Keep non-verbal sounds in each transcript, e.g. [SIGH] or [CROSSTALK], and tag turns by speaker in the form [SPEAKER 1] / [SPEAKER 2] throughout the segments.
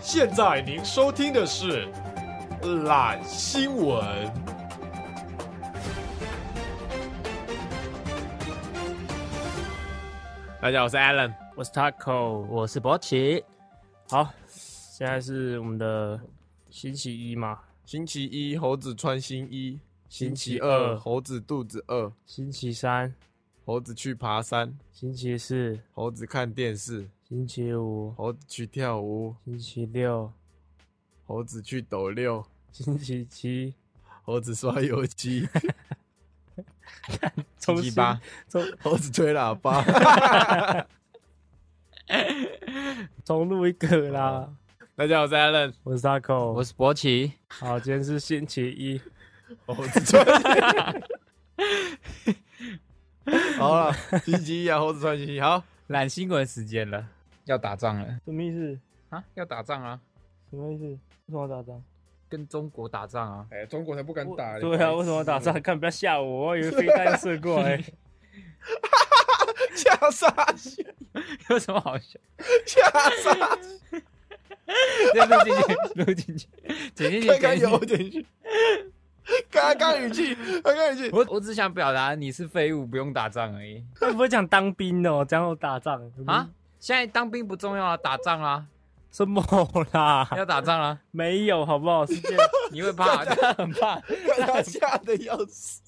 [SPEAKER 1] 现在您收听的是《懒新闻》。
[SPEAKER 2] 大家好，我是 Alan。
[SPEAKER 3] 我是 Taco，我是博奇。好，现在是我们的星期一嘛？
[SPEAKER 2] 星期一，猴子穿新衣；星期
[SPEAKER 3] 星期
[SPEAKER 2] 二，
[SPEAKER 3] 二
[SPEAKER 2] 猴子肚子饿；
[SPEAKER 3] 星期三、
[SPEAKER 2] 猴子去爬山；
[SPEAKER 3] 星期四、
[SPEAKER 2] 猴子看电视；
[SPEAKER 3] 星期五、
[SPEAKER 2] 猴子去跳舞；
[SPEAKER 3] 星期六、
[SPEAKER 2] 猴子去抖六；
[SPEAKER 3] 星期七、
[SPEAKER 2] 猴子刷油 [LAUGHS] 漆；
[SPEAKER 3] 星
[SPEAKER 2] 星期八，
[SPEAKER 3] 重
[SPEAKER 2] 猴子吹喇叭。
[SPEAKER 3] 重录一个啦。
[SPEAKER 2] [LAUGHS] 大家好，我是 Alan。
[SPEAKER 3] 我是 Taco，
[SPEAKER 4] 我是博奇，
[SPEAKER 3] 好，今天是星期一，
[SPEAKER 2] 猴子穿。好了，星期一啊，猴子穿新衣。好，
[SPEAKER 4] 懒新闻时间了，要打仗了
[SPEAKER 3] 什么意思？
[SPEAKER 4] 啊！要打仗啊，
[SPEAKER 3] 什么意思？为什么要打仗？
[SPEAKER 4] 跟中国打仗啊！
[SPEAKER 2] 哎、中国才不敢打。
[SPEAKER 3] 对啊，为什么要打仗？看不要吓我，我以为飞弹要射过来。
[SPEAKER 2] 吓傻笑，
[SPEAKER 4] 有什么好笑？
[SPEAKER 2] 吓傻笑，
[SPEAKER 4] 再录进去，录进去，
[SPEAKER 2] [LAUGHS]
[SPEAKER 4] 剪进去，
[SPEAKER 2] 刚刚
[SPEAKER 4] 剪进
[SPEAKER 2] 有
[SPEAKER 4] 去。
[SPEAKER 2] 点去，刚刚语气，刚刚语气，
[SPEAKER 4] 我我只想表达你是废物，不用打仗而已
[SPEAKER 3] 他不会讲当兵哦，讲我打仗
[SPEAKER 4] 啊！！现在当兵不重要啊，打仗 [LAUGHS] 啦，
[SPEAKER 3] 什么啦？
[SPEAKER 4] 要打仗啦，
[SPEAKER 3] 没有好不好？是件
[SPEAKER 4] 你会 [LAUGHS] 怕，他很怕，
[SPEAKER 2] 看他吓得要死。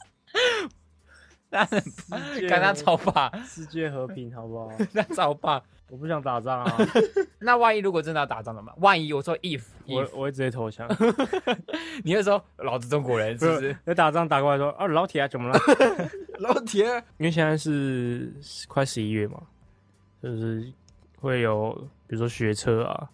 [SPEAKER 4] 他很怕，看他超怕，
[SPEAKER 3] 世界和平好不 [LAUGHS] 好？
[SPEAKER 4] 他超怕。
[SPEAKER 3] 我不想打
[SPEAKER 2] [LAUGHS]
[SPEAKER 3] 仗啊，
[SPEAKER 4] 那万一如果真的要打仗怎么办？万一我 [LAUGHS] 说 if
[SPEAKER 3] 我
[SPEAKER 4] if，
[SPEAKER 3] 我会直接投降。
[SPEAKER 4] 你会说老子中国人是
[SPEAKER 3] [LAUGHS]
[SPEAKER 4] 不 [LAUGHS] 是？
[SPEAKER 3] 有打仗打过来说啊，老铁啊，怎么了？
[SPEAKER 2] 老铁，
[SPEAKER 3] 因为现在是快十一月嘛，就是会有比如说学车啊，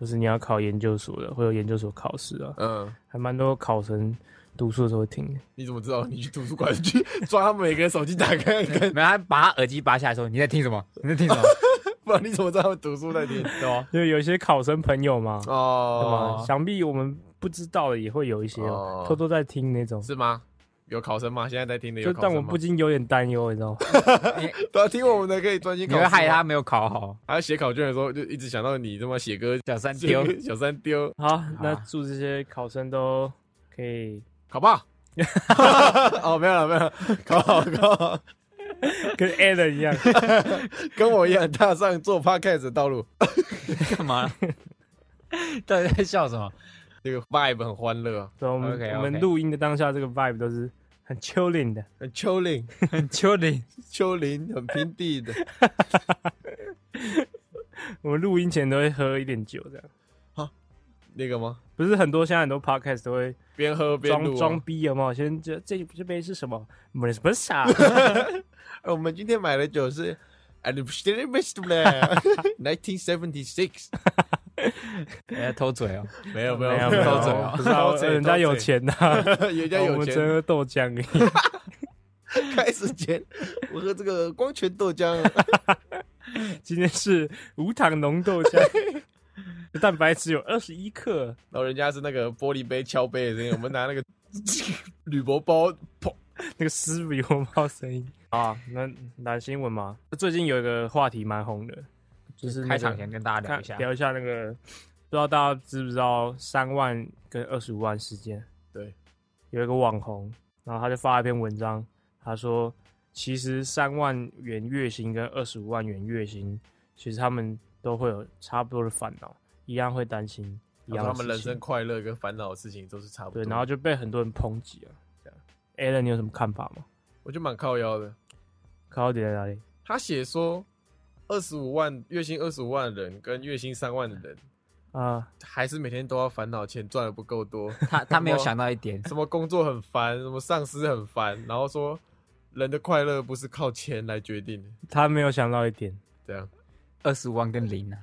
[SPEAKER 3] 就是你要考研究所的，会有研究所考试啊，
[SPEAKER 2] 嗯，
[SPEAKER 3] 还蛮多考生读书的时候会听的。
[SPEAKER 2] 你怎么知道？你去图书馆去 [LAUGHS] 抓他们每个人手机打开看看，
[SPEAKER 4] 没有，他把他耳机拔下来说：“你在听什么？你在听 [LAUGHS] 什么
[SPEAKER 2] 不然你怎么知道他们读书在听？对吧？
[SPEAKER 3] 因为有一些考生朋友嘛，对吧？
[SPEAKER 2] 哦，
[SPEAKER 3] 想必我们不知道的也会有一些、
[SPEAKER 2] 哦
[SPEAKER 3] 哦偷偷在听那种，
[SPEAKER 2] 是吗？有考生吗？现在在听的有
[SPEAKER 3] 就
[SPEAKER 2] 考
[SPEAKER 3] 但
[SPEAKER 2] 生
[SPEAKER 3] 我
[SPEAKER 2] 吗
[SPEAKER 3] 不禁有点担忧，你知道吗？
[SPEAKER 2] 对啊，听我们的可以专？”心
[SPEAKER 4] 你
[SPEAKER 2] 考试啊
[SPEAKER 4] 会
[SPEAKER 2] 吗。
[SPEAKER 4] 害他没有考好，
[SPEAKER 2] 他写考卷的时候就一直想到你这么写歌
[SPEAKER 4] 小三
[SPEAKER 2] 写
[SPEAKER 4] 丢
[SPEAKER 2] 歌 [LAUGHS] 小三丢，
[SPEAKER 3] 好，那祝这些考生都可以
[SPEAKER 2] 考不
[SPEAKER 3] [LAUGHS]
[SPEAKER 2] 好。哦，没有了，没有了，考好 [LAUGHS] 考好，
[SPEAKER 3] 跟 Alan 一样，
[SPEAKER 2] 跟我一样踏上做 podcast 的道路。
[SPEAKER 4] 干嘛？ [LAUGHS] 到底在笑什么？
[SPEAKER 2] 这个 vibe 很欢乐啊，
[SPEAKER 3] 所以我们
[SPEAKER 4] OK，OK
[SPEAKER 3] 我们录音的当下，这个 vibe 都是很 chilling 的。
[SPEAKER 2] 很丘 [LAUGHS] 陵，
[SPEAKER 4] 很丘陵，
[SPEAKER 2] 丘陵很平地的。 [LAUGHS]
[SPEAKER 3] 我们录音前都会喝一点酒，这样
[SPEAKER 2] 那个吗？
[SPEAKER 3] 不是很多现在很多 podcast 都会
[SPEAKER 2] 边喝边
[SPEAKER 3] 装
[SPEAKER 2] 录、
[SPEAKER 3] 装
[SPEAKER 2] 啊。
[SPEAKER 3] 逼有没有？先这这这杯是什么？没什么傻，
[SPEAKER 2] 哎，我们今天买的酒是 a n i v e r s a r
[SPEAKER 3] [LAUGHS]
[SPEAKER 2] y nineteen seventy six。
[SPEAKER 4] [LAUGHS] 哎，偷嘴哦！
[SPEAKER 2] 没有没
[SPEAKER 3] 没有
[SPEAKER 2] 没
[SPEAKER 3] 没
[SPEAKER 2] 有
[SPEAKER 3] 有，
[SPEAKER 2] 偷嘴啊，
[SPEAKER 3] 不是啊
[SPEAKER 2] 偷嘴
[SPEAKER 3] 人家有，钱呐，哦
[SPEAKER 2] 偷嘴 [LAUGHS] 人家
[SPEAKER 3] 我
[SPEAKER 2] 有
[SPEAKER 3] 们真
[SPEAKER 2] 钱。
[SPEAKER 3] 喝豆浆而已。
[SPEAKER 2] 开始前我喝这个光泉豆浆，
[SPEAKER 3] 今天是无糖浓豆浆，蛋白质有二十一克，
[SPEAKER 2] 然后人家是那个玻璃杯敲杯的声音，我们拿那
[SPEAKER 3] [LAUGHS]
[SPEAKER 2] 个铝箔包砰。
[SPEAKER 3] 那个师傅有冒声音啊。那蓝新闻嘛，最近有一个话题蛮红的，就是那个
[SPEAKER 4] 开场前跟大家聊一下
[SPEAKER 3] 看，聊一下那个，不知道大家知不知道三万跟二十五万事件？
[SPEAKER 2] 对，
[SPEAKER 3] 有一个网红，然后他就发了一篇文章，他说其实三万元月薪跟二十五万元月薪，其实他们都会有差不多的烦恼，一样会担心一
[SPEAKER 2] 然
[SPEAKER 3] 样
[SPEAKER 2] 后
[SPEAKER 3] 的
[SPEAKER 2] 他们人
[SPEAKER 3] 事情
[SPEAKER 2] 生快乐跟烦恼的事情都是差不多。
[SPEAKER 3] 对，然后就被很多人抨击啊。这样，Alan，你有什么看法吗？
[SPEAKER 2] 我就蛮靠腰的，
[SPEAKER 3] 考点在哪里？
[SPEAKER 2] 他写说二十五万月薪二十五万的人跟月薪三万的人，
[SPEAKER 3] 啊、
[SPEAKER 2] 还是每天都要烦恼钱赚的不够
[SPEAKER 3] [LAUGHS]
[SPEAKER 2] 多，
[SPEAKER 4] [LAUGHS] 他他没有想到一点，
[SPEAKER 2] 什么工作很烦，什么上司很烦，然后说人的快乐不是靠钱来决定的，
[SPEAKER 3] 他没有想到一点， [LAUGHS]
[SPEAKER 2] 这样。
[SPEAKER 4] 二十五万跟零啊，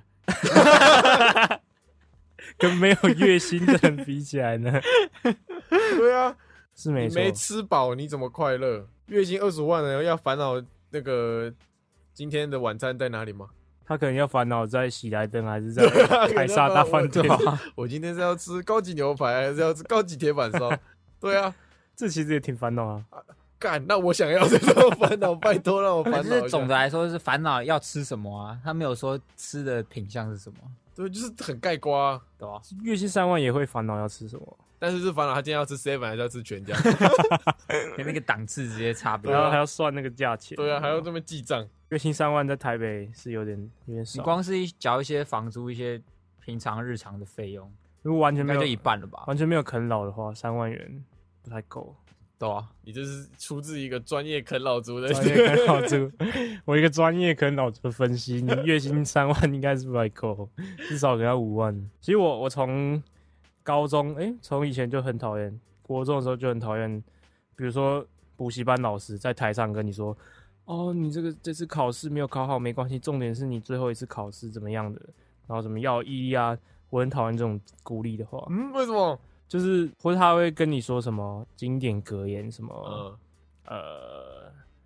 [SPEAKER 3] 跟没有月薪的人比起来呢， [LAUGHS]
[SPEAKER 2] 对啊，
[SPEAKER 3] 是没
[SPEAKER 2] 你
[SPEAKER 3] 错。
[SPEAKER 2] 没吃饱，你怎么快乐？月薪二十万的人要烦恼那个今天的晚餐在哪里吗？ [LAUGHS]
[SPEAKER 3] 他可能要烦恼在喜来登还是在
[SPEAKER 2] 凯
[SPEAKER 3] 凯撒大饭
[SPEAKER 2] 啊
[SPEAKER 3] 店，
[SPEAKER 2] 我今天是要吃高级牛排，还是要吃高级铁板
[SPEAKER 3] [LAUGHS]
[SPEAKER 2] 烧？对啊，
[SPEAKER 3] [LAUGHS] 这其实也挺烦恼啊。
[SPEAKER 2] 干，那我想要这种烦恼，拜托让我烦
[SPEAKER 4] 可
[SPEAKER 2] 恼一
[SPEAKER 4] 是
[SPEAKER 2] 下。
[SPEAKER 4] 总的来说是烦恼要吃什么啊？他没有说吃的品相是什么，
[SPEAKER 2] 对，就是很盖瓜啊。
[SPEAKER 3] 对吧、月薪三万也会烦恼要吃什么，
[SPEAKER 2] 但是是烦恼，他今天要吃 seven 还是要吃全
[SPEAKER 3] [LAUGHS]
[SPEAKER 2] 家？
[SPEAKER 4] 跟那个档次直接差别
[SPEAKER 2] 对啊
[SPEAKER 3] 然。后还要算那个价钱。
[SPEAKER 2] 对啊，还要这么记账。
[SPEAKER 3] 月薪三万在台北是有点有点
[SPEAKER 4] 你
[SPEAKER 3] 少，
[SPEAKER 4] 光是一缴一些房租、一些平常日常的费用，
[SPEAKER 3] 如果完全
[SPEAKER 4] 应
[SPEAKER 3] 没
[SPEAKER 4] 该就
[SPEAKER 3] 有
[SPEAKER 4] 一半了吧？
[SPEAKER 3] 完全没有啃老的话，三万元不太够。
[SPEAKER 4] 对啊，
[SPEAKER 2] 你这是出自一个专业啃老族的，
[SPEAKER 3] [LAUGHS] 专业啃老族，我一个专业啃老族的分析，你月薪三万应该是不太够，至少给他五万。其实我我从高中，诶，从以前就很讨厌，国中的时候就很讨厌，比如说补习班老师在台上跟你说，哦，你这个这次考试没有考好没关系，重点是你最后一次考试怎么样的，然后怎么要毅力啊，我很讨厌这种鼓励的话，
[SPEAKER 2] [LAUGHS] 嗯，为什么？
[SPEAKER 3] 就是啊或者他会跟你说什么经典格言什么，
[SPEAKER 2] 嗯，
[SPEAKER 3] 呃。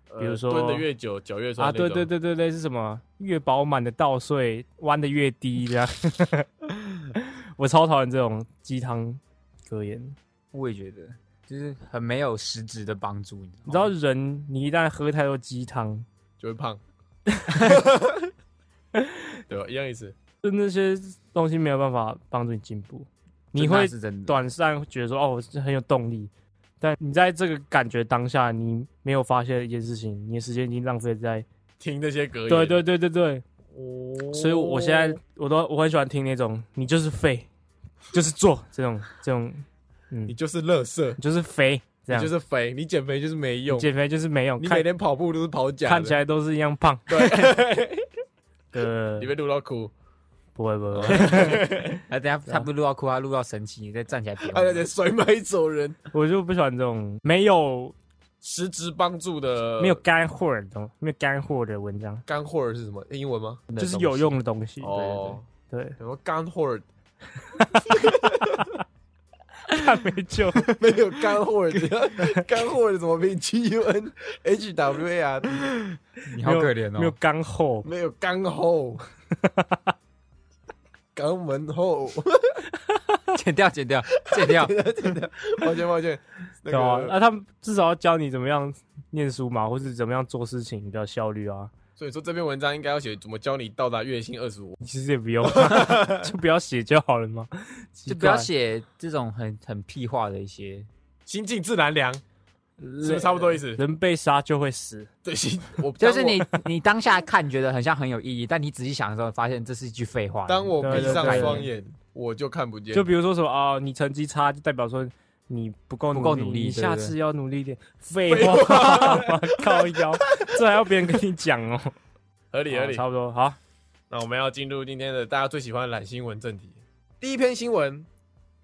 [SPEAKER 2] 呃
[SPEAKER 3] 比如说
[SPEAKER 2] 蹲的越久，脚越酸
[SPEAKER 3] 啊，
[SPEAKER 2] 那种
[SPEAKER 3] 对对，对对对，是什么？越饱满的稻穗弯的越低，这样。 [LAUGHS] 我超讨厌这种鸡汤格言。
[SPEAKER 4] 我也觉得，就是很没有实质的帮助，你
[SPEAKER 3] 你
[SPEAKER 4] 知
[SPEAKER 3] 知
[SPEAKER 4] 道
[SPEAKER 3] 道
[SPEAKER 4] 吗？哦
[SPEAKER 3] 人，你一旦喝太多鸡汤，
[SPEAKER 2] 就会
[SPEAKER 3] [LAUGHS]
[SPEAKER 2] 胖。 [LAUGHS] 对啊吧？一样意思。
[SPEAKER 3] 就那些东西没有办法帮助你进步。你
[SPEAKER 4] 就那
[SPEAKER 3] 会
[SPEAKER 4] 是真的，
[SPEAKER 3] 短暂觉得说，哦，我是很有动力，但你在这个感觉当下，你没有发现一件事情，你的时间已经浪费在。
[SPEAKER 2] 听那些格言，
[SPEAKER 3] 对对，对对对，
[SPEAKER 2] 哦
[SPEAKER 3] 所以我现在我都我很喜欢听那种，你就是废，就是做这种这种，嗯
[SPEAKER 2] 你，就是垃圾，
[SPEAKER 3] 你就是肥，这
[SPEAKER 2] 你
[SPEAKER 3] 样
[SPEAKER 2] 就是肥，你减肥就是没用，
[SPEAKER 3] 减肥就是没用，
[SPEAKER 2] 你
[SPEAKER 3] 看
[SPEAKER 2] 每天跑步都是跑假的，
[SPEAKER 3] 看起来都是一样胖。
[SPEAKER 2] 对，
[SPEAKER 3] [LAUGHS] 呃
[SPEAKER 2] 你，被录到哭，
[SPEAKER 3] 不会不会不会，
[SPEAKER 4] 哎，等一下
[SPEAKER 3] 啊
[SPEAKER 4] 他不录到哭，他录到神奇，你再站起来别
[SPEAKER 2] 哎，得甩卖走人，
[SPEAKER 3] [LAUGHS] 我就不喜欢这种没有
[SPEAKER 2] 实质帮助的
[SPEAKER 3] 没有干货的东，没有干货的文章，
[SPEAKER 2] 干货是什么？英文吗？
[SPEAKER 3] 就是有用的东西。
[SPEAKER 2] 哦，
[SPEAKER 3] 对 [LAUGHS] 对
[SPEAKER 2] 什么干货？
[SPEAKER 3] 对，看没救。
[SPEAKER 2] [LAUGHS] 没有干
[SPEAKER 3] [LAUGHS]
[SPEAKER 2] 货，干货怎么拼？G U N [LAUGHS] H W A R，
[SPEAKER 4] 你好可怜
[SPEAKER 3] 没有
[SPEAKER 4] 哦。
[SPEAKER 3] 干货，
[SPEAKER 2] 没有干货，
[SPEAKER 3] [LAUGHS]
[SPEAKER 2] 肛门后，
[SPEAKER 4] 剪掉，剪掉，剪
[SPEAKER 3] [LAUGHS]
[SPEAKER 4] 掉。
[SPEAKER 2] 抱歉抱歉，那
[SPEAKER 3] 对啊吧？
[SPEAKER 2] 个，
[SPEAKER 3] 那他们至少要教你怎么样念书嘛，或是怎么样做事情比较效率啊。
[SPEAKER 2] 所以说这篇文章应该要写怎么教你到达月薪二十五，
[SPEAKER 3] 其实也不用啊，就不要写就好了嘛。奇
[SPEAKER 4] 就不要
[SPEAKER 3] 怪，
[SPEAKER 4] 写这种很很屁话的一些，
[SPEAKER 2] 心静自然凉，是不是差不多意 [LAUGHS] 思？
[SPEAKER 3] 人被杀就会死，
[SPEAKER 2] 对，心我
[SPEAKER 4] 就是你你 [LAUGHS] 当下看觉得很像很有意义，但你仔细想的时候发现这是一句废话。
[SPEAKER 2] 当 [LAUGHS] 我闭上
[SPEAKER 3] 对对对
[SPEAKER 2] 双眼，我就看不见。
[SPEAKER 3] 就比如说什么啊、你成绩差就代表说你不够
[SPEAKER 4] 不够
[SPEAKER 3] 力，
[SPEAKER 4] 努力
[SPEAKER 3] 你
[SPEAKER 4] 对
[SPEAKER 3] 下
[SPEAKER 4] 对
[SPEAKER 3] 次要努力一
[SPEAKER 4] [LAUGHS]
[SPEAKER 3] 点。废话，靠腰，这还要别人跟你讲哦。
[SPEAKER 2] 合理合
[SPEAKER 3] 好
[SPEAKER 2] 理。
[SPEAKER 3] 差不多好。
[SPEAKER 2] 那我们要进入今天的大家最喜欢的懒新闻正题。第一篇新闻：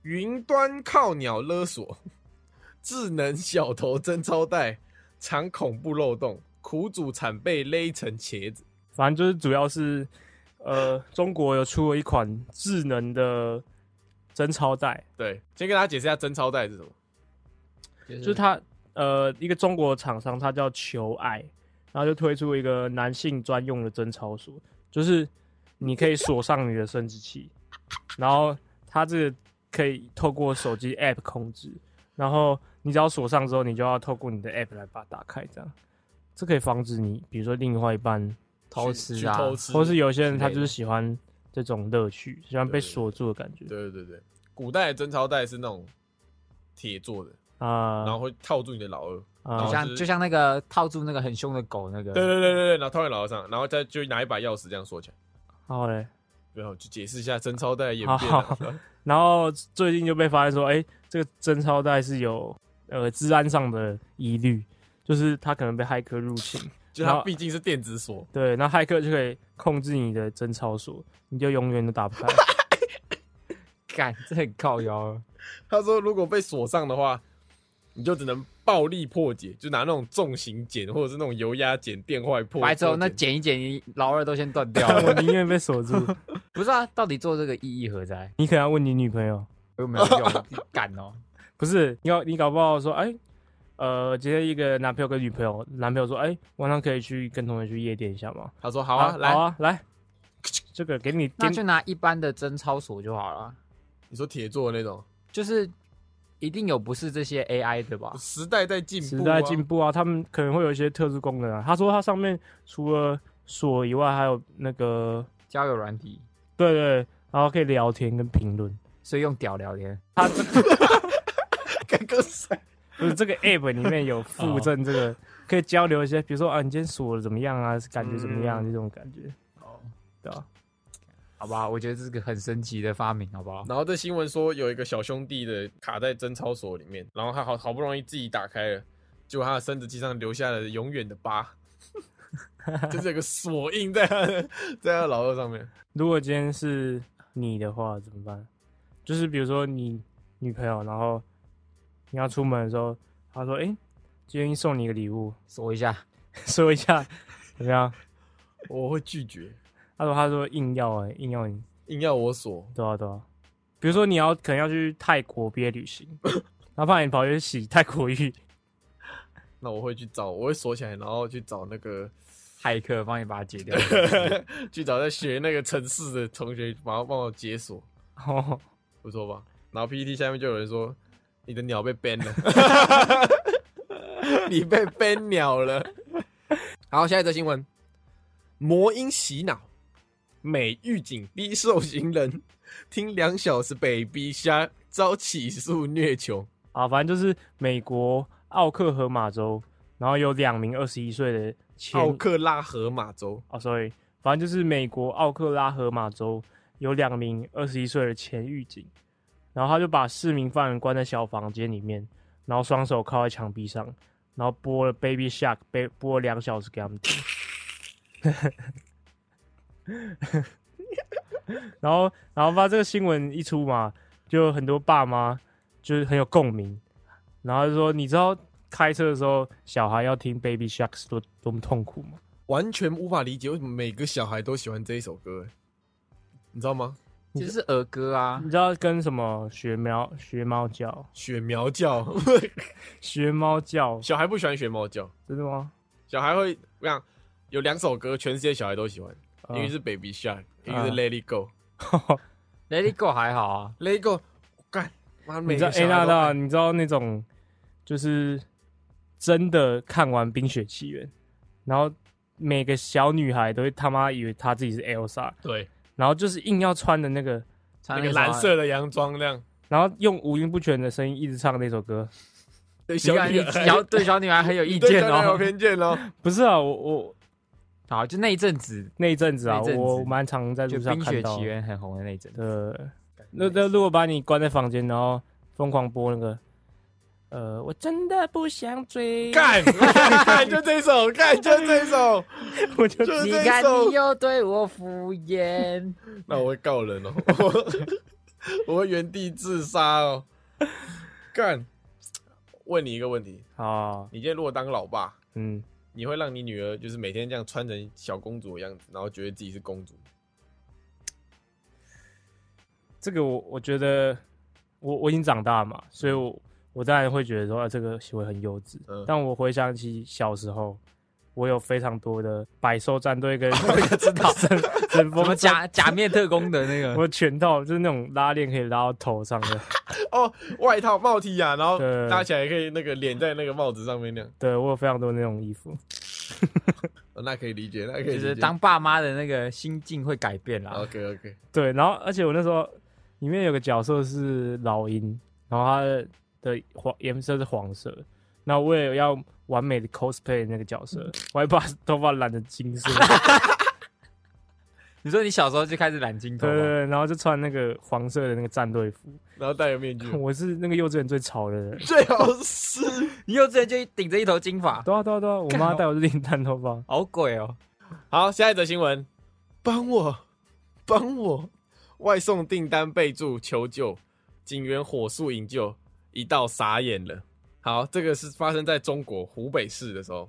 [SPEAKER 2] 云端靠鸟勒索， [LAUGHS] 智能小头贞操带藏恐怖漏洞，苦主惨被勒成茄子。
[SPEAKER 3] 反正就是主要是，呃，中国有出了一款智能的贞操带，
[SPEAKER 2] 对，先跟大家解释一下贞操带是什么。嗯
[SPEAKER 4] 就
[SPEAKER 3] 就是它呃一个中国厂商，它叫求爱，然后就推出一个男性专用的贞操锁，就是你可以锁上你的生殖器，然后它这个可以透过手机 app 控制，然后你只要锁上之后，你就要透过你的 app 来把它打开，这样这可以防止你，比如说另外一半，
[SPEAKER 4] 偷
[SPEAKER 2] 去
[SPEAKER 4] 吃啊，
[SPEAKER 2] 偷吃，
[SPEAKER 3] 或是有些人他
[SPEAKER 4] 之类的
[SPEAKER 3] 就是喜欢这种乐趣，喜欢被
[SPEAKER 2] 对
[SPEAKER 3] 锁住的感觉
[SPEAKER 2] 对对对对，古代的贞操带是那种铁做的，
[SPEAKER 3] 啊
[SPEAKER 2] 然后会套住你的老二。
[SPEAKER 3] 啊
[SPEAKER 2] 然
[SPEAKER 4] 就
[SPEAKER 2] 后
[SPEAKER 4] 像就像那个套住那个很凶的狗那个，
[SPEAKER 2] 对对对对对，然后套在老二上，然后再就拿一把钥匙这样锁起来。
[SPEAKER 3] 好嘞。
[SPEAKER 2] 然后就解释一下贞操带的演
[SPEAKER 3] 好
[SPEAKER 2] 变、啊。
[SPEAKER 3] 然后最近就被发现说，哎、这个贞操带是有呃治安上的疑虑，就是它可能被骇客入侵。
[SPEAKER 2] 就
[SPEAKER 3] 然
[SPEAKER 2] 它
[SPEAKER 3] 后
[SPEAKER 2] 毕竟是电子锁，
[SPEAKER 3] 对，那骇客就可以控制你的贞操锁，你就永远都打不
[SPEAKER 2] [LAUGHS]
[SPEAKER 3] 开。
[SPEAKER 4] 干，这很靠腰。哦
[SPEAKER 2] 他说如果被锁上的话，你就只能暴力破解，就拿那种重型剪或者是那种油压剪、电坏破。
[SPEAKER 4] 白之哦后那
[SPEAKER 2] 破解
[SPEAKER 4] 剪一剪，你老二都先
[SPEAKER 2] [LAUGHS]
[SPEAKER 4] 断掉
[SPEAKER 3] 我
[SPEAKER 4] 了。
[SPEAKER 3] 宁愿被锁住。
[SPEAKER 4] 不是啊，到底做这个意义何在？
[SPEAKER 3] 你可能要问你女朋友，
[SPEAKER 4] 有没有
[SPEAKER 2] [LAUGHS]
[SPEAKER 4] 用？干哦，
[SPEAKER 3] 不是你要你搞不好说，哎、呃，今天一个男朋友跟女朋友，男朋友说，哎、晚上可以去跟同学去夜店一下吗？
[SPEAKER 2] 他说好啊，来，
[SPEAKER 3] 好啊，来，这个给你
[SPEAKER 4] 那
[SPEAKER 3] 点
[SPEAKER 4] 就拿一般的贞操锁就好了。
[SPEAKER 2] 你说铁做的那种，
[SPEAKER 4] 就是一定有不是这些 AI 的吧？
[SPEAKER 2] 时代在进步、啊，
[SPEAKER 3] 时代
[SPEAKER 2] [LAUGHS]
[SPEAKER 3] 进步啊，他们可能会有一些特殊功能啊。他说他上面除了锁以外，还有那个
[SPEAKER 4] 交友软体
[SPEAKER 3] 对对，然后可以聊天跟评论。
[SPEAKER 4] 所以用屌聊天，
[SPEAKER 3] 它这 [LAUGHS] 个
[SPEAKER 2] 刚刚塞
[SPEAKER 3] 不是这个 app 里面有附赠这
[SPEAKER 2] 哦
[SPEAKER 3] 个，可以交流一些，比如说啊，你今天锁的怎么样啊，感觉怎么样、
[SPEAKER 2] 嗯
[SPEAKER 3] 这种感觉。
[SPEAKER 4] 哦，
[SPEAKER 3] 对啊，
[SPEAKER 4] 好吧，我觉得这是个很神奇的发明，好不好？
[SPEAKER 2] 然后这新闻说有一个小兄弟的卡在贞操锁里面，然后他好好不容易自己打开了，结果他的生殖器上留下了永远的疤， [LAUGHS] 就是有个锁印在他的在他的老二上面。
[SPEAKER 3] 如果今天是你的话怎么办？就是比如说你女朋友，然后你要出门的时候，她说：“哎、今天送你一个礼物， [LAUGHS]
[SPEAKER 4] 说一下，
[SPEAKER 3] 说一下怎么样
[SPEAKER 2] 我会拒绝，？”
[SPEAKER 3] 她说：“她说硬要哎、硬要你，
[SPEAKER 2] 硬要我锁，
[SPEAKER 3] 对啊对啊。比如说你要可能要去泰国毕业
[SPEAKER 2] [COUGHS]
[SPEAKER 3] 旅行，然后怕你跑去洗泰国浴，
[SPEAKER 2] 那我会去找，我会锁起来，然后去找那个 [LAUGHS]
[SPEAKER 4] 骇客帮你把它解掉。
[SPEAKER 2] 去找在学那个城市的同学，帮我帮我解锁，
[SPEAKER 3] 哦，
[SPEAKER 2] 不错吧？然后 PPT 下面就有人说你的鸟被 ban [LAUGHS] 了，你被 ban 鸟了。好，下一则新闻：魔音洗脑，美狱警逼受刑人听两小时被逼瞎，遭起诉虐囚。
[SPEAKER 3] 啊，反正就是美国奥克荷马州，然后有两名二十一岁的前
[SPEAKER 2] 奥克拉荷马州，
[SPEAKER 3] 哦，sorry，反正就是美国奥克拉荷马州有两名二十一岁的前狱警，然后他就把四名犯人关在小房间里面，然后双手靠在墙壁上，然后播了 Baby Shark，被播了两小时给他们听。 [LAUGHS] 然后，然后发这个新闻一出嘛，就很多爸妈就是很有共鸣，然后就说：“你知道开车的时候小孩要听 Baby Shark 是多多么痛苦吗？”
[SPEAKER 2] 完全无法理解为什么每个小孩都喜欢这一首歌、欸你知道吗？
[SPEAKER 4] 其实是儿歌啊
[SPEAKER 3] 你，知道跟什么学猫学猫叫
[SPEAKER 2] 雪苗叫，
[SPEAKER 3] 学猫叫
[SPEAKER 2] [LAUGHS] 小孩不喜欢学猫叫，
[SPEAKER 3] 真的吗？
[SPEAKER 2] 小孩会我想有两首歌，全世界小孩都喜欢，
[SPEAKER 3] 嗯
[SPEAKER 2] 一个是 Baby Shark，一个是 Let It Go，Let
[SPEAKER 4] 《Let It Go》还好啊，
[SPEAKER 2] It Go，我干妈每
[SPEAKER 3] 你知道
[SPEAKER 2] 个
[SPEAKER 3] 哎
[SPEAKER 2] 小
[SPEAKER 3] 那
[SPEAKER 2] 孩都
[SPEAKER 3] 那
[SPEAKER 2] 爱
[SPEAKER 3] 你知道那种就是真的看完《冰雪奇缘》，然后每个小女孩都会他妈以为她自己是 Elsa，
[SPEAKER 2] 对
[SPEAKER 3] 然后就是硬要穿的那个，
[SPEAKER 2] 那
[SPEAKER 4] 穿那
[SPEAKER 2] 个
[SPEAKER 4] 个啥
[SPEAKER 2] 蓝色的洋装那样，
[SPEAKER 3] 然后用五音不全的声音一直唱那首歌。
[SPEAKER 2] 对
[SPEAKER 4] 你
[SPEAKER 2] 小
[SPEAKER 4] 看
[SPEAKER 2] 女
[SPEAKER 4] 你
[SPEAKER 2] 孩
[SPEAKER 4] 小对小女孩很有
[SPEAKER 2] 你
[SPEAKER 4] 意
[SPEAKER 2] 对
[SPEAKER 4] 见
[SPEAKER 2] 小女孩有
[SPEAKER 4] 哦。
[SPEAKER 2] 偏见哦，
[SPEAKER 3] 不是啊，我我
[SPEAKER 4] 好，就那一阵子，
[SPEAKER 3] 那一阵子啊，
[SPEAKER 4] 那一阵子
[SPEAKER 3] 我蛮常在
[SPEAKER 4] 就
[SPEAKER 3] 路
[SPEAKER 4] 《
[SPEAKER 3] 上
[SPEAKER 4] 冰
[SPEAKER 3] 看
[SPEAKER 4] 雪
[SPEAKER 3] 到
[SPEAKER 4] 奇。缘》很红的那一阵子。
[SPEAKER 3] 对，那那如果把你关在房间，然后疯狂播那个，呃，我真的不想追，
[SPEAKER 2] 干干就这首，干就这首，
[SPEAKER 3] 我 [LAUGHS] 就
[SPEAKER 2] 就
[SPEAKER 4] 你
[SPEAKER 2] 这
[SPEAKER 4] 看
[SPEAKER 2] 首
[SPEAKER 4] 你，又对我敷衍，
[SPEAKER 2] 那我会告人哦， [LAUGHS] 我我会原地自杀哦，干。问你一个问题，
[SPEAKER 3] 啊，
[SPEAKER 2] 你今天如果当老爸，
[SPEAKER 3] 嗯，
[SPEAKER 2] 你会让你女儿就是每天这样穿成小公主的样子，然后觉得自己是公主吗？
[SPEAKER 3] 这个我我觉得我我已经长大嘛，所以我我当然会觉得说、啊、这个行为很幼稚，
[SPEAKER 2] 嗯
[SPEAKER 3] 但我回想起小时候。我有非常多的百兽战队跟
[SPEAKER 4] 知道
[SPEAKER 3] 神神
[SPEAKER 4] 什
[SPEAKER 3] 风
[SPEAKER 4] 么
[SPEAKER 3] 战，
[SPEAKER 4] 假假面特工的那个，
[SPEAKER 3] [LAUGHS] 我拳套就是那种拉链可以拉到头上的，
[SPEAKER 2] 哦，外套帽 T 啊，然后
[SPEAKER 3] 对
[SPEAKER 2] 搭起来可以那个脸在那个帽子上面那样，
[SPEAKER 3] 对我有非常多那种衣服。
[SPEAKER 2] 哦那可以理解，那可以理解。
[SPEAKER 4] 就是当啊爸妈的那个心境会改变啦。
[SPEAKER 2] OK OK，
[SPEAKER 3] 对，然后而且我那时候里面有个角色是老鹰，然后他的的黄颜色是黄色，那我也要完美的 cosplay 那个角 [LAUGHS] 色，我还把头发染成金 [LAUGHS] 色，
[SPEAKER 4] 你说你小时候就开始染金头
[SPEAKER 3] 对对
[SPEAKER 4] 吗？
[SPEAKER 3] 对，然后就穿那个黄色的那个战队服，
[SPEAKER 2] 然后戴个面具，
[SPEAKER 3] [LAUGHS] 我是那个幼稚园最潮的人，
[SPEAKER 2] 最好是
[SPEAKER 4] 你幼稚园就顶着一头金发，
[SPEAKER 3] [LAUGHS] 对啊对啊对啊，我妈带我去剪短头发，
[SPEAKER 4] 好鬼哦！
[SPEAKER 2] 好。下一则新闻，帮我，帮我，外送订单备注求救，警员火速营救，一道傻眼了。好，这个是发生在中国湖北市的时候，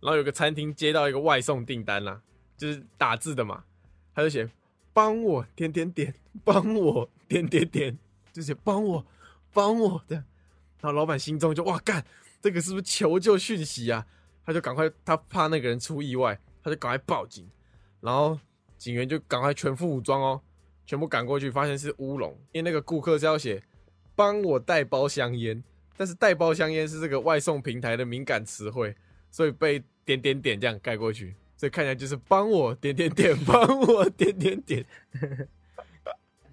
[SPEAKER 2] 然后有个餐厅接到一个外送订单啦、就是打字的嘛，他就写帮我点点点，帮我点点点，就写帮我帮我这样，然后老板心中就哇干，这个是不是求救讯息啊？他就赶快，他怕那个人出意外，他就赶快报警，然后警员就赶快全副武装哦，全部赶过去，发现是乌龙，因为那个顾客是要写帮我带包香烟，但是带包香烟是这个外送平台的敏感词汇，所以被点点点这样盖过 [LAUGHS] 去，所以看起来就是帮我点点点，帮我点点点。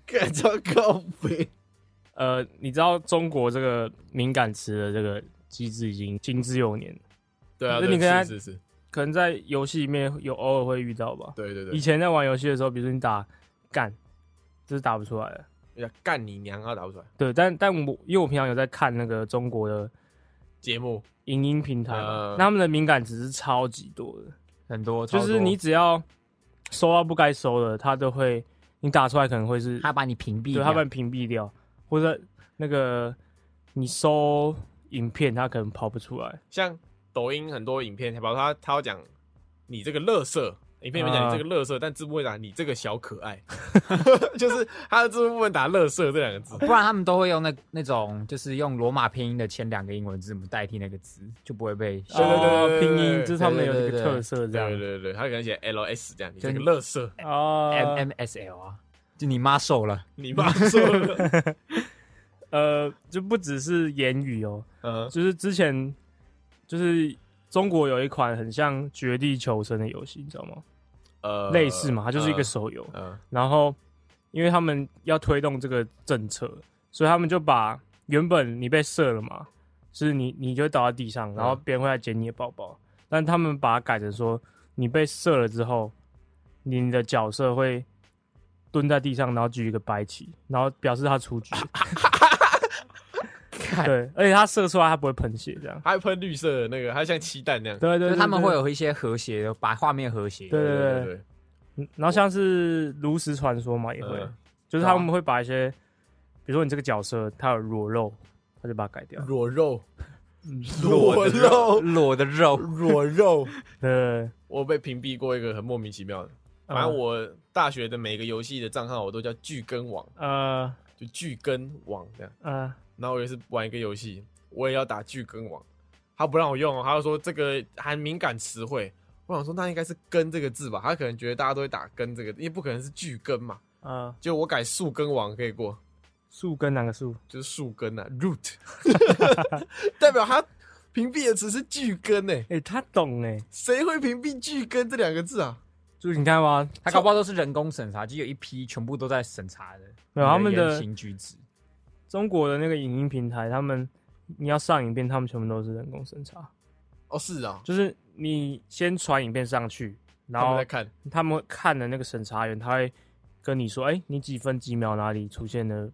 [SPEAKER 2] 干超高飞，
[SPEAKER 3] [LAUGHS] 呃，你知道中国这个敏感词的这个机制已经行之有年，
[SPEAKER 2] 对啊，
[SPEAKER 3] 那
[SPEAKER 2] 对
[SPEAKER 3] 你跟他
[SPEAKER 2] 是是是，
[SPEAKER 3] 可能在游戏里面有偶尔会遇到吧。
[SPEAKER 2] 对对对，
[SPEAKER 3] 以前在玩游戏的时候，比如说你打干，这是打不出来的。
[SPEAKER 2] 哎呀干你娘啊，打不出来。
[SPEAKER 3] 对，但但我因为我平常有在看那个中国的
[SPEAKER 2] 节目
[SPEAKER 3] 影音平台嘛，
[SPEAKER 2] 呃
[SPEAKER 3] 那他们的敏感值是超级多的，
[SPEAKER 4] 很多，
[SPEAKER 3] 就
[SPEAKER 4] 超
[SPEAKER 3] 是
[SPEAKER 4] 多
[SPEAKER 3] 你只要收到不该收的，他都会你打出来可能会是
[SPEAKER 4] 他把你屏蔽
[SPEAKER 3] 对
[SPEAKER 4] 掉， [LAUGHS]
[SPEAKER 3] 他把你屏蔽掉，或者那个你搜影片，他可能跑不出来。
[SPEAKER 2] 像抖音很多影片，比如他他要讲你这个乐色，影片里面讲
[SPEAKER 3] 啊
[SPEAKER 2] 你这个乐色，但字幕会打你这个小可爱， [LAUGHS] 就是他的字幕部分打乐色这两个字。
[SPEAKER 3] 哦
[SPEAKER 4] 不然他们都会用那那种，就是用罗马拼音的前两个英文字母代替那个字，就不会被
[SPEAKER 2] 对对对
[SPEAKER 3] 哦
[SPEAKER 2] 对对
[SPEAKER 3] 拼
[SPEAKER 2] 对
[SPEAKER 3] 音
[SPEAKER 2] 对
[SPEAKER 3] 这是他们有
[SPEAKER 4] 对对
[SPEAKER 3] 这个
[SPEAKER 4] 对
[SPEAKER 3] 特色这
[SPEAKER 2] 对
[SPEAKER 3] 样
[SPEAKER 2] 对对对，他可能写 L S 这样，你
[SPEAKER 4] 就
[SPEAKER 2] 这个
[SPEAKER 4] 你
[SPEAKER 2] 乐色，
[SPEAKER 3] 哦
[SPEAKER 4] M
[SPEAKER 2] M，M
[SPEAKER 4] M S L 啊，就你妈瘦了，
[SPEAKER 2] 你妈说的。
[SPEAKER 3] [LAUGHS] 呃，就不只是言语哦，
[SPEAKER 2] 嗯，
[SPEAKER 3] 就是之前就是中国有一款很像《绝地求生》的游戏，你知道吗？
[SPEAKER 2] 呃
[SPEAKER 3] 类似嘛，它就是一个
[SPEAKER 2] 呃
[SPEAKER 3] 手游。
[SPEAKER 2] 嗯
[SPEAKER 3] 然后因为他们要推动这个政策，所以他们就把原本你被射了嘛，是你你就会倒在地上，然后
[SPEAKER 4] 嗯
[SPEAKER 3] 别人会来捡你的包包，但他们把它改成说，你被射了之后，你的角色会蹲在地上，然后举一个白旗，然后表示他出局。
[SPEAKER 4] 哎
[SPEAKER 3] 对，而且他射出来他不会喷血，这样。
[SPEAKER 2] 还喷绿色的那个，还像鸡蛋那样。
[SPEAKER 3] 对
[SPEAKER 4] 就
[SPEAKER 3] 对
[SPEAKER 4] 是
[SPEAKER 3] 对，
[SPEAKER 4] 他们
[SPEAKER 3] 对
[SPEAKER 4] 会有一些和谐的，把画面和谐。
[SPEAKER 3] 对对对
[SPEAKER 2] 对
[SPEAKER 3] 对
[SPEAKER 2] 对，
[SPEAKER 3] 嗯然后像是炉石传说嘛，也会，
[SPEAKER 2] 嗯
[SPEAKER 3] 就是他们会把一些，比如说你这个角色他有裸露，他就把它改掉。
[SPEAKER 2] 裸肉，
[SPEAKER 4] 裸
[SPEAKER 3] 嗯
[SPEAKER 2] 裸
[SPEAKER 4] 的
[SPEAKER 2] 肉，
[SPEAKER 4] 肉，裸的肉，
[SPEAKER 2] 裸肉。
[SPEAKER 3] 对，
[SPEAKER 2] 我被屏蔽过一个很莫名其妙的，
[SPEAKER 3] 嗯
[SPEAKER 2] 反正我大学的每个游戏的账号我都叫巨根网，
[SPEAKER 3] 呃
[SPEAKER 2] 就巨根网这样。
[SPEAKER 3] 呃，
[SPEAKER 2] 然后我也是玩一个游戏，我也要打巨根网，他不让我用哦，他就说这个含敏感词汇。我想说那应该是“根”这个字吧，他可能觉得大家都会打“根”这个，因为不可能是巨根嘛。
[SPEAKER 3] 呃，
[SPEAKER 2] 就我改树根网可以过，
[SPEAKER 3] 树根哪个树？
[SPEAKER 2] 就是树根啊，root，代表他屏蔽的词是巨根呢、
[SPEAKER 3] 哎、他懂哎、
[SPEAKER 2] 谁会屏蔽巨根这两个字啊？
[SPEAKER 3] 就是你看嘛，
[SPEAKER 4] [LAUGHS] 他搞不好都是人工审查，就有一批全部都在审查的，
[SPEAKER 3] 没有他们
[SPEAKER 4] 你
[SPEAKER 3] 的
[SPEAKER 4] 言行举止。
[SPEAKER 3] 中国的那个影音平台，他们你要上影片，他们全部都是人工审查，
[SPEAKER 2] 哦，是啊，
[SPEAKER 3] 就是你先传影片上去，
[SPEAKER 2] 他
[SPEAKER 3] 然
[SPEAKER 2] 们
[SPEAKER 3] 后
[SPEAKER 2] 在看，
[SPEAKER 3] 他们看的那个审查员，他会跟你说，哎、你几分几秒哪里出现了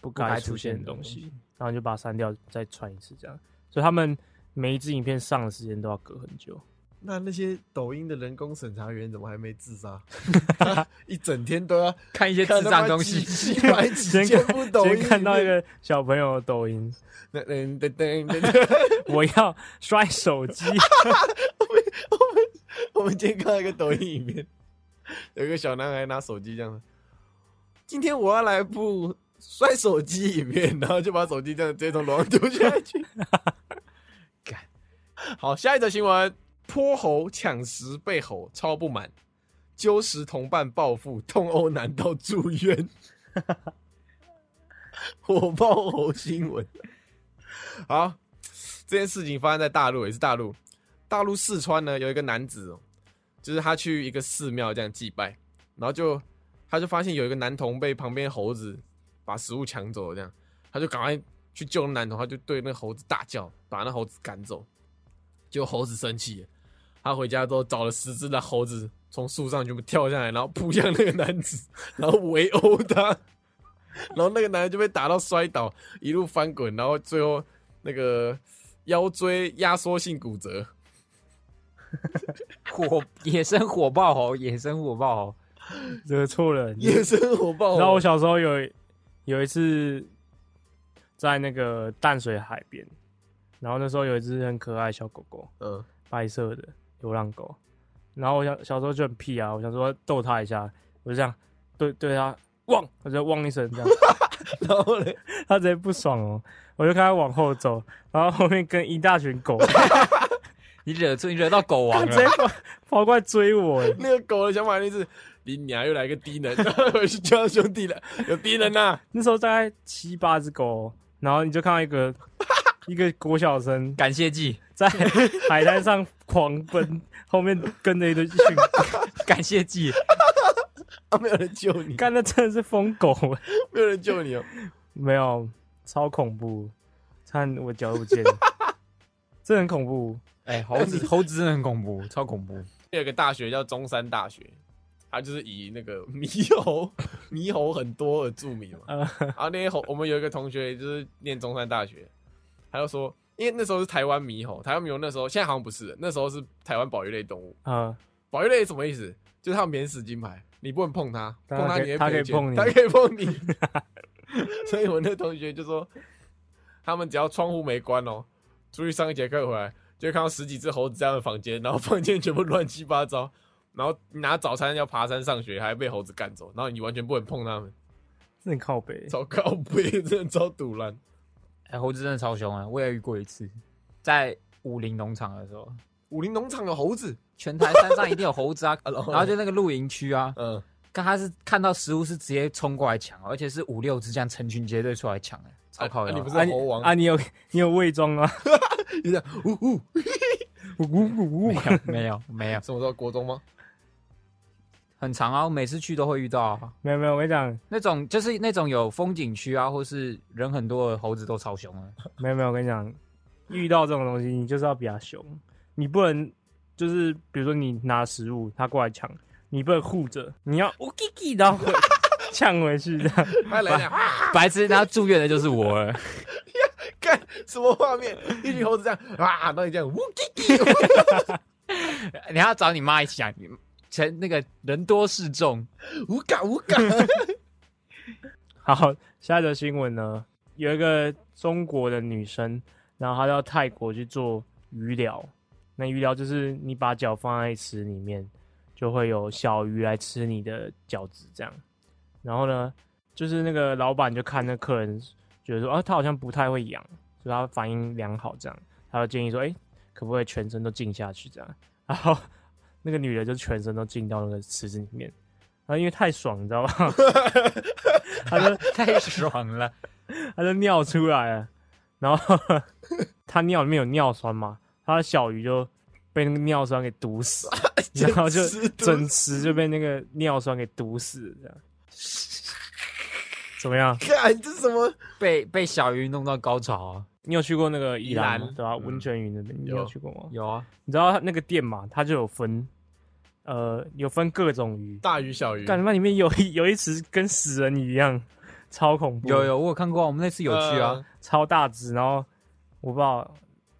[SPEAKER 3] 不
[SPEAKER 4] 不
[SPEAKER 3] 该
[SPEAKER 4] 该
[SPEAKER 3] 出
[SPEAKER 4] 出
[SPEAKER 3] 现
[SPEAKER 4] 现
[SPEAKER 3] 的
[SPEAKER 4] 的
[SPEAKER 3] 东
[SPEAKER 4] 东
[SPEAKER 3] 西
[SPEAKER 4] 西，
[SPEAKER 3] 然后你就把它删掉，再传一次这样。所以他们每一支影片上的时间都要隔很久。
[SPEAKER 2] 那那些抖音的人工审查员怎么还没自杀？ [LAUGHS] 一整天都要
[SPEAKER 4] 看一些
[SPEAKER 2] 看
[SPEAKER 4] 智
[SPEAKER 2] 他
[SPEAKER 4] 障
[SPEAKER 2] 妈
[SPEAKER 4] 东
[SPEAKER 2] 几
[SPEAKER 4] 西，
[SPEAKER 2] 几百几
[SPEAKER 3] 先
[SPEAKER 2] 千
[SPEAKER 3] 看
[SPEAKER 2] 部抖音里
[SPEAKER 3] 今天
[SPEAKER 2] 面，
[SPEAKER 3] 看到一个小朋友的抖音，
[SPEAKER 2] 噔噔噔噔噔，
[SPEAKER 3] 我要摔手机，
[SPEAKER 2] [LAUGHS] 我们今天看到一个抖音影片， [LAUGHS] 有一个小男孩拿手机这样，今天我要来部摔手机影片，然后就把手机这样直接从楼上丢下去。干，好，下一则新闻：泼猴抢食被吼，超不满，揪食同伴报复，痛殴男到住院。 [LAUGHS] 火爆猴新闻。好，这件事情发生在大陆，也是大陆。大陆四川呢有一个男子、哦，就是他去一个寺庙这样祭拜，然后就他就发现有一个男童被旁边猴子把食物抢走了，这样他就赶快去救那男童，他就对那猴子大叫，把那猴子赶走。结果猴子生气了，他回家之后找了十只的猴子从树上全部跳下来，然后扑向那个男子， [LAUGHS] 然后围殴他，然后那个男的就被打到摔倒，一路翻滚，然后最后那个腰椎压缩性骨折。
[SPEAKER 4] 火 [LAUGHS] 野生火爆猴，野生火爆猴，
[SPEAKER 3] 惹错了。
[SPEAKER 2] [LAUGHS]
[SPEAKER 3] 你
[SPEAKER 2] 野生火爆猴，
[SPEAKER 3] 然后我小时候有有一次在那个淡水海边，然后那时候有一只很可爱的小狗狗，
[SPEAKER 2] 嗯，
[SPEAKER 3] 白色的流浪狗。然后我小小时候就很屁啊，我想说逗它一下，我就这样对对它汪，我就汪一声这样，
[SPEAKER 2] 然后嘞，
[SPEAKER 3] 它直接不爽哦，我就看它往后走，然后后面跟一大
[SPEAKER 2] [LAUGHS]
[SPEAKER 3] 群狗，
[SPEAKER 4] 你惹出你惹到狗王
[SPEAKER 3] 它直接
[SPEAKER 4] 了，
[SPEAKER 3] 跑跑过来追我，哎
[SPEAKER 2] 那个狗的想法就是，你娘又来个低能， [LAUGHS] 然后回去叫兄弟了，有低能啊呐、
[SPEAKER 3] 那时候大概七八只狗哦，然后你就看到
[SPEAKER 2] [LAUGHS]
[SPEAKER 3] 一个一个国小生
[SPEAKER 4] 感谢 [LAUGHS] 祭，
[SPEAKER 3] 在海滩上狂奔，后面跟着一堆一群狗， [LAUGHS]
[SPEAKER 4] 感谢祭，
[SPEAKER 2] 啊，没有人救你，
[SPEAKER 3] 干，那真的是疯
[SPEAKER 2] [LAUGHS]
[SPEAKER 3] 狗，欸
[SPEAKER 2] 没有人救你哦。
[SPEAKER 3] 没有，超恐怖，看我脚都不见了，这很恐怖。
[SPEAKER 4] 哎，猴子猴子真的很恐怖，超恐怖。
[SPEAKER 2] 有一个大学叫中山大学，它就是以那个猕猴 [LAUGHS] 猕猴很多而著名嘛。
[SPEAKER 3] 呃，
[SPEAKER 2] 然后那些猴，我们有一个同学就是念中山大学，他就说，因为那时候是台湾猕猴，台湾猕猴那时候现在好像不是了，那时候是台湾保育类动物。
[SPEAKER 3] 呃，
[SPEAKER 2] 保育类什么意思？就是他们免死金牌，你不能碰它，
[SPEAKER 3] 但
[SPEAKER 2] 碰它
[SPEAKER 3] 它可
[SPEAKER 2] 你
[SPEAKER 3] 以
[SPEAKER 2] 会
[SPEAKER 3] 它可以
[SPEAKER 2] 赔钱
[SPEAKER 3] 碰你
[SPEAKER 2] 它可以碰你。 [LAUGHS] 所以我那同学就说，他们只要窗户没关哦，出去上一节课回来，就会看到十几只猴子在他们房间，然后房间全部乱七八糟，然后你拿早餐要爬山上学，还被猴子赶走，然后你完全不能碰他
[SPEAKER 3] [LAUGHS]
[SPEAKER 2] 们，
[SPEAKER 3] 这很靠北。
[SPEAKER 2] 超靠背，真的超堵烂。
[SPEAKER 4] 哎，猴子真的超凶啊！我也遇过一次，在武林农场的时候，
[SPEAKER 2] 武林农场有猴子，，
[SPEAKER 4] 全 [LAUGHS] 台山上一定有猴子啊
[SPEAKER 2] 然后呢
[SPEAKER 4] 然后就那个露营区啊，
[SPEAKER 2] 嗯，
[SPEAKER 4] 看他是看到食物是直接冲过来抢，而且是五六只这样成群结队出来抢，哎，超靠
[SPEAKER 2] 啊
[SPEAKER 4] 腰
[SPEAKER 2] 你不
[SPEAKER 3] 啊
[SPEAKER 2] 是
[SPEAKER 3] 你
[SPEAKER 2] 猴王
[SPEAKER 3] 啊，你有你有伪装吗？
[SPEAKER 2] [LAUGHS]
[SPEAKER 3] [LAUGHS]
[SPEAKER 2] 你想，呜呜，
[SPEAKER 3] 呜呜呜呜
[SPEAKER 4] 没有没有，
[SPEAKER 2] 什么时候国中吗？
[SPEAKER 4] 很长啊，我每次去都会遇到啊。
[SPEAKER 3] 没有没有，我跟你讲，
[SPEAKER 4] 那种就是那种有风景区啊，或是人很多的猴子都超凶啊。
[SPEAKER 3] [LAUGHS] 没有没有，我跟你讲，遇到这种东西，你就是要比他凶，你不能就是比如说你拿食物，他过来抢，你不能护着，你要我叽叽，然后 [LAUGHS] 回抢回去这样。
[SPEAKER 2] 他来
[SPEAKER 3] [LAUGHS]
[SPEAKER 2] 讲，啊
[SPEAKER 4] 白痴，然后住院的就是我了。
[SPEAKER 2] 看什么画面？一群猴子这样啊，然后你这样，呜叽叽， [LAUGHS]
[SPEAKER 4] 你要找你妈一起讲，你成那个人多势众，
[SPEAKER 2] 无感无感。
[SPEAKER 3] 好，下一则新闻呢，有一个中国的女生，然后她到泰国去做鱼疗。那鱼疗就是你把脚放在池里面，就会有小鱼来吃你的脚趾这样。然后呢，就是那个老板就看那客人，觉得说啊，他好像不太会养，所以他反应良好这样，他就建议说，哎、可不可以全身都浸下去这样？然后那个女的就全身都浸到那个池子里面，然后因为太爽，你知道 [LAUGHS] 吧？他就
[SPEAKER 4] [LAUGHS] 太爽了。
[SPEAKER 3] 他就尿出来了，然 [LAUGHS] 后他尿里面有尿酸嘛，他的小鱼就被那个尿酸给毒死， [LAUGHS] 然后就
[SPEAKER 2] 整池毒死
[SPEAKER 3] 整池就被那个尿酸给毒死，这样怎么样？
[SPEAKER 2] 看这是什么？
[SPEAKER 4] 被被小鱼弄到高潮啊！
[SPEAKER 3] 你有去过那个宜兰
[SPEAKER 4] 宜
[SPEAKER 3] 吗
[SPEAKER 4] 兰
[SPEAKER 3] 对吧、温泉云那边，你
[SPEAKER 2] 有
[SPEAKER 3] 有去过吗？
[SPEAKER 4] 有啊，
[SPEAKER 3] 你知道它那个店嘛，它就有分，呃，有分各种鱼，
[SPEAKER 2] 大鱼小鱼，
[SPEAKER 3] 干他妈里面有一有一池跟死人一样，超恐怖，
[SPEAKER 4] 有有，我有看过啊，我们那次有去
[SPEAKER 2] 嗯呃
[SPEAKER 4] 啊。
[SPEAKER 3] 超大只，然后我不知道，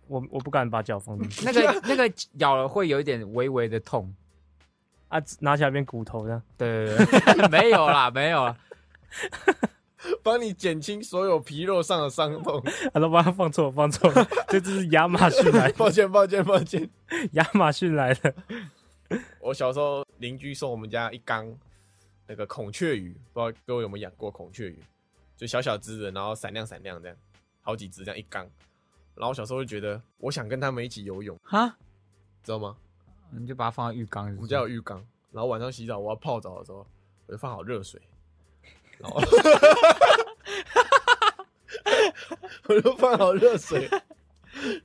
[SPEAKER 3] 我我不敢把脚放进去。
[SPEAKER 4] 那
[SPEAKER 2] [LAUGHS]
[SPEAKER 4] 个那个咬了会有一点微微的痛。
[SPEAKER 3] 啊，只拿起来变骨头这样。
[SPEAKER 4] 对对对， [LAUGHS] 没有啦，没有啦。
[SPEAKER 2] 呃，帮你减轻所有皮肉上的伤痛。
[SPEAKER 3] 啊，老板放错了，放错了，这只是亚马逊来的，
[SPEAKER 2] 抱歉，抱歉，抱歉。
[SPEAKER 3] 亚马逊来的。
[SPEAKER 2] 我小时候邻居送我们家一缸那个孔雀鱼，不知道各位有没有养过孔雀鱼？就小小只的，然后闪亮闪亮这样，好几只这样一缸。然后我小时候就觉得，我想跟他们一起游泳，
[SPEAKER 4] 哈，
[SPEAKER 2] 知道吗？
[SPEAKER 4] 你就把它放在浴缸里。
[SPEAKER 2] 我们家有浴缸，然后晚上洗澡我要泡澡的时候，我就放好热水，然后 [LAUGHS] 我就放好热水，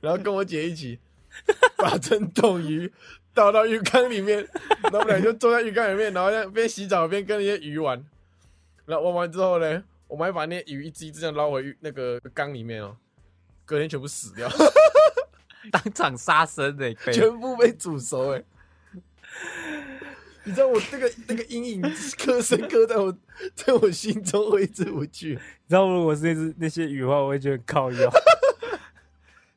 [SPEAKER 2] 然后跟我姐一起把整桶鱼倒到浴缸里面，然后我们俩就坐在浴缸里面，然后这样边洗澡边跟那些鱼玩。然后玩完之后呢，我们还把那些鱼一只一只这样捞回浴那个缸里面哦，隔天全部死掉，
[SPEAKER 4] 当场杀生的、欸，
[SPEAKER 2] 全部被煮熟哎、 [LAUGHS] 你知道我这个那个阴影刻深刻在我在我心中挥之不去。
[SPEAKER 3] 你知道如果是那只那些鱼的话，我会觉得很靠腰。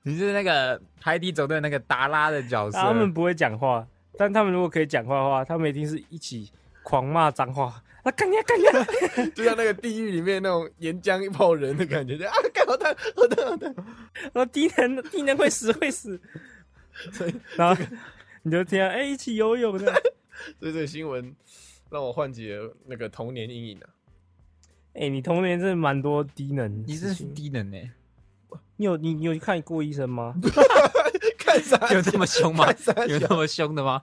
[SPEAKER 4] 你是那个海底总队那个达拉的角色。
[SPEAKER 3] 啊他们不会讲话，但他们如果可以讲话的话，他们一定是一起狂骂脏话。啊，干呀干呀！
[SPEAKER 2] 就像那个地狱里面那种岩浆泡人的感觉，就啊，干好烫，好烫，好烫！
[SPEAKER 3] 然后低能低能会死会死，
[SPEAKER 2] 所以，
[SPEAKER 3] 然后你就听到哎、一起游泳的，
[SPEAKER 2] 所以这个新闻让我唤起了那个童年阴影啊。 [LAUGHS]
[SPEAKER 3] 哎、你童年真的蛮多低能的
[SPEAKER 4] 你
[SPEAKER 3] 事
[SPEAKER 4] 是
[SPEAKER 3] 情。
[SPEAKER 4] 低能哎、
[SPEAKER 2] [LAUGHS]
[SPEAKER 3] 你有你你有去看过医生吗？
[SPEAKER 2] 看啥？
[SPEAKER 4] 有这么
[SPEAKER 2] [LAUGHS]
[SPEAKER 4] 凶吗
[SPEAKER 2] 看啥？
[SPEAKER 4] 有
[SPEAKER 2] 小？
[SPEAKER 4] 那么凶的吗？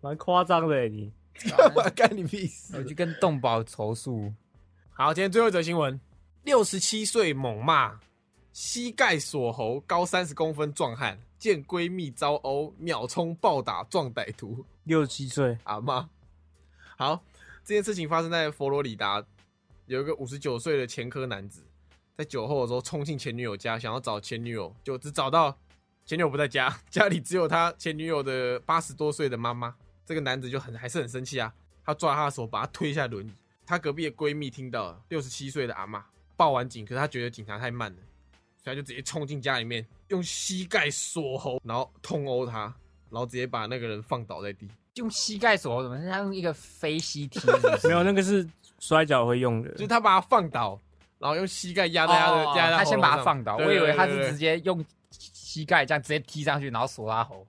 [SPEAKER 3] 蛮夸张的、欸、你。
[SPEAKER 2] 干嘛干你屁
[SPEAKER 4] 我
[SPEAKER 2] 事？
[SPEAKER 4] 去跟动保投诉。
[SPEAKER 2] 好，今天最后一则新闻：六十七岁猛骂，膝盖锁喉，高三十公分壮汉见闺蜜遭殴，秒冲暴打撞歹徒。
[SPEAKER 3] 六七岁，
[SPEAKER 2] 阿妈。好，这件事情发生在佛罗里达，有一个五十九岁的前科男子，在酒后的时候冲进前女友家，想要找前女友，就只找到前女友不在家， [LAUGHS] 家里只有他前女友的八十多岁的妈妈。这个男子就很还是很生气啊，他抓他的手，把他推下轮椅。他隔壁的闺蜜听到了，六十七岁的阿嬷报完警，可是他觉得警察太慢了，所以他就直接冲进家里面，用膝盖锁喉，然后痛殴他，然后直接把那个人放倒在地。
[SPEAKER 4] 用膝盖锁怎么？他用一个飞膝
[SPEAKER 2] [LAUGHS]
[SPEAKER 4] 踢，是不是
[SPEAKER 3] 没有，那个是摔跤会用的
[SPEAKER 2] 就。是他把他放倒，然后用膝盖压在他的，
[SPEAKER 4] 哦
[SPEAKER 2] 压在
[SPEAKER 4] 他
[SPEAKER 2] 喉
[SPEAKER 4] 先
[SPEAKER 2] 咙
[SPEAKER 4] 把它
[SPEAKER 2] 上
[SPEAKER 4] 放倒，
[SPEAKER 2] 对
[SPEAKER 4] 我以为他
[SPEAKER 2] 对对
[SPEAKER 4] 是
[SPEAKER 2] 对
[SPEAKER 4] 直接用膝盖这样直接踢上去，然后锁他喉。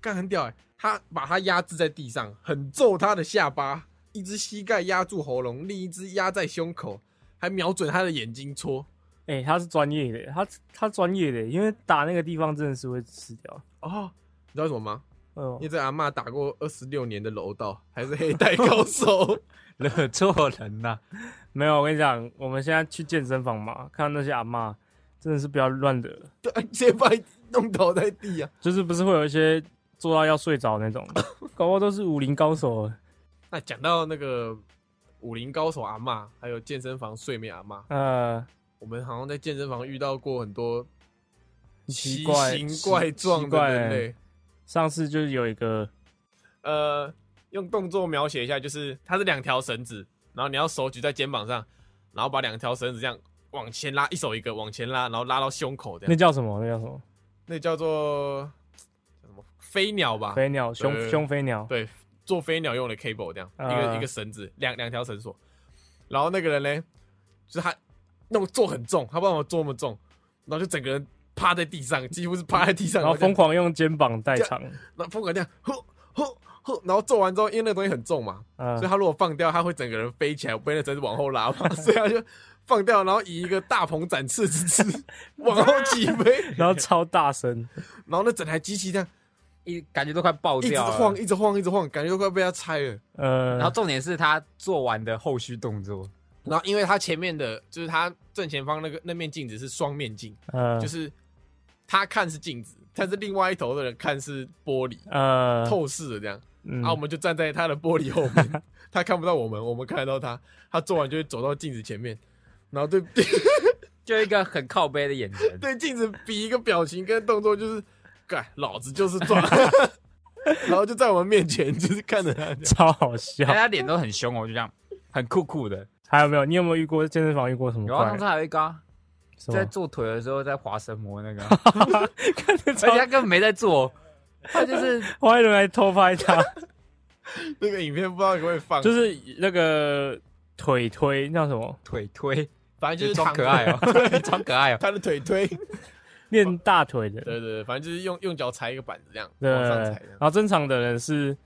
[SPEAKER 2] 干很屌哎、他把他压制在地上，很揍他的下巴，一只膝盖压住喉咙，另一只压在胸口，还瞄准他的眼睛戳。
[SPEAKER 3] 哎、他是专业的，他他专业的，因为打那个地方真的是会死掉。
[SPEAKER 2] 哦，你知道为什么吗？
[SPEAKER 3] 哦
[SPEAKER 2] 因为，这阿嬷打过二十六年的柔道，还是黑带高手。 [LAUGHS]
[SPEAKER 4] 惹错人了、
[SPEAKER 3] 没有，我跟你讲，我们现在去健身房嘛，看到那些阿嬷，真的是不要乱惹，
[SPEAKER 2] 对，直接把你弄倒在地啊！
[SPEAKER 3] 就是不是会有一些做到要睡
[SPEAKER 2] [LAUGHS]
[SPEAKER 3] 着那种，搞不好都是武林高手了。
[SPEAKER 2] 那讲到那个武林高手阿嬷，还有健身房睡眠阿嬷，
[SPEAKER 3] 呃，
[SPEAKER 2] 我们好像在健身房遇到过很多
[SPEAKER 3] 奇怪
[SPEAKER 2] 奇形怪状
[SPEAKER 3] 奇
[SPEAKER 2] 的
[SPEAKER 3] 怪
[SPEAKER 2] 人类。
[SPEAKER 3] 欸上次就是有一个，
[SPEAKER 2] 呃，用动作描写一下，就是它是两条绳子，然后你要手举在肩膀上，然后把两条绳子这样往前拉，一手一个往前拉，然后拉到胸口这
[SPEAKER 3] 那
[SPEAKER 2] 样。
[SPEAKER 3] 叫什么？那叫什么？
[SPEAKER 2] 那叫做叫什么飞鸟吧？
[SPEAKER 3] 飞鸟，
[SPEAKER 2] 对对
[SPEAKER 3] 胸
[SPEAKER 2] 对
[SPEAKER 3] 胸飞鸟。
[SPEAKER 2] 对，做飞鸟用的 cable 这样，
[SPEAKER 3] 啊
[SPEAKER 2] 一个一个绳子，两两条绳索。然后那个人呢，就是他弄做很重，他帮我做那么重，然后就整个人趴在地上，几乎是趴在地上，
[SPEAKER 3] 然后
[SPEAKER 2] 这样
[SPEAKER 3] 疯狂用肩膀代偿，
[SPEAKER 2] 然后疯狂这样，呼呼呼，然后做完之后，因为那个东西很重嘛，
[SPEAKER 3] 呃
[SPEAKER 2] 所以，他如果放掉，他会整个人飞起来，被那绳子往后拉嘛， [LAUGHS] 所以他就放掉，然后以一个大鹏展翅之姿往后起飞，
[SPEAKER 3] 然后超大声，
[SPEAKER 2] [LAUGHS] 然后那整台机器这样
[SPEAKER 4] 一感觉都快爆
[SPEAKER 2] 一直
[SPEAKER 4] 掉了。
[SPEAKER 2] 晃，一直晃，一直晃，感觉都快被他拆了。
[SPEAKER 3] 呃，
[SPEAKER 4] 然后重点是他做完的后续动作，
[SPEAKER 2] 然后因为他前面的，就是他正前方那个那面镜子是双面镜，
[SPEAKER 4] 嗯
[SPEAKER 3] 呃，
[SPEAKER 2] 就是他看是镜子，但是另外一头的人看是玻璃。
[SPEAKER 3] 呃，
[SPEAKER 2] 透视的这样，
[SPEAKER 3] 嗯
[SPEAKER 2] 然后我们就站在他的玻璃后面，他看不到我们，我们看得到他。他做完就会走到镜子前面，然后对 [LAUGHS]
[SPEAKER 4] 就一个很靠背的眼神。
[SPEAKER 2] 对镜子比一个表情跟动作，就是，干老子就是壮， [LAUGHS] 然后就在我们面前就是看着他这样，
[SPEAKER 3] 超好笑
[SPEAKER 4] 哎，。他脸都很凶哦，就这样，很酷酷的。
[SPEAKER 3] 还有没有？你有没有遇过健身房遇过什么
[SPEAKER 4] 然后
[SPEAKER 3] 怪
[SPEAKER 4] 上次还有一个、啊、
[SPEAKER 3] 什
[SPEAKER 4] 在
[SPEAKER 3] 么？
[SPEAKER 4] 做腿的时候在滑神
[SPEAKER 2] [LAUGHS]
[SPEAKER 4] 魔那个，
[SPEAKER 3] 看得
[SPEAKER 4] 而且
[SPEAKER 3] [LAUGHS]
[SPEAKER 4] 他根本没在做，他就是
[SPEAKER 3] 欢迎人来偷拍他， [LAUGHS]
[SPEAKER 2] 那个影片不知道可不可以放，
[SPEAKER 3] 就是那个腿推那叫什么
[SPEAKER 4] 腿推，
[SPEAKER 2] 反正 [LAUGHS] 就
[SPEAKER 4] 就
[SPEAKER 2] 是是
[SPEAKER 4] 超
[SPEAKER 2] 躺
[SPEAKER 4] 可爱哦， [LAUGHS] 超可爱哦。
[SPEAKER 2] [LAUGHS] 他的腿推，对
[SPEAKER 3] 练大腿的，
[SPEAKER 2] 对对，反正就是用用脚踩一个板子这样
[SPEAKER 3] 对
[SPEAKER 2] 哦往上踩这
[SPEAKER 3] 然后正常的人是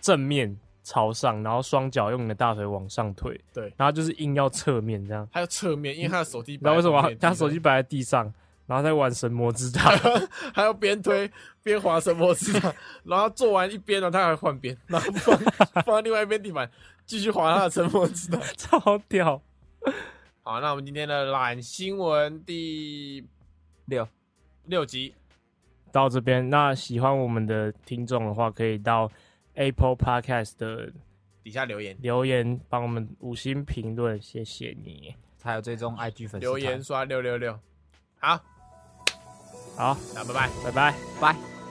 [SPEAKER 3] 正面朝上，然后双脚用你的大腿往上推，
[SPEAKER 2] 对
[SPEAKER 3] 然后就是硬要侧面这样。
[SPEAKER 2] 还有侧面，因为他的
[SPEAKER 3] [LAUGHS]
[SPEAKER 2] 手机，
[SPEAKER 3] 你知道为什么他手机摆在地上，然后再玩神魔之塔？
[SPEAKER 2] 还要边推边滑什么知
[SPEAKER 3] [LAUGHS]
[SPEAKER 2] 道？然后做完一边呢，他还换边，然后放 [LAUGHS] 放到另外一边地板继续滑他的沉默
[SPEAKER 3] [LAUGHS]
[SPEAKER 2] 知道。
[SPEAKER 3] 超屌！
[SPEAKER 2] 好，那我们今天的懒新闻第
[SPEAKER 4] 六，
[SPEAKER 2] 六集，
[SPEAKER 3] 到这边，那喜欢我们的听众的话，可以到 Apple Podcast 的
[SPEAKER 2] 底下留言，
[SPEAKER 3] 留言帮我们五星评论，谢谢你。
[SPEAKER 4] 还有追踪 IG 粉丝团
[SPEAKER 2] 留言，刷六六六。好，
[SPEAKER 3] 好，
[SPEAKER 2] 那拜拜。
[SPEAKER 3] 拜拜。
[SPEAKER 4] 拜。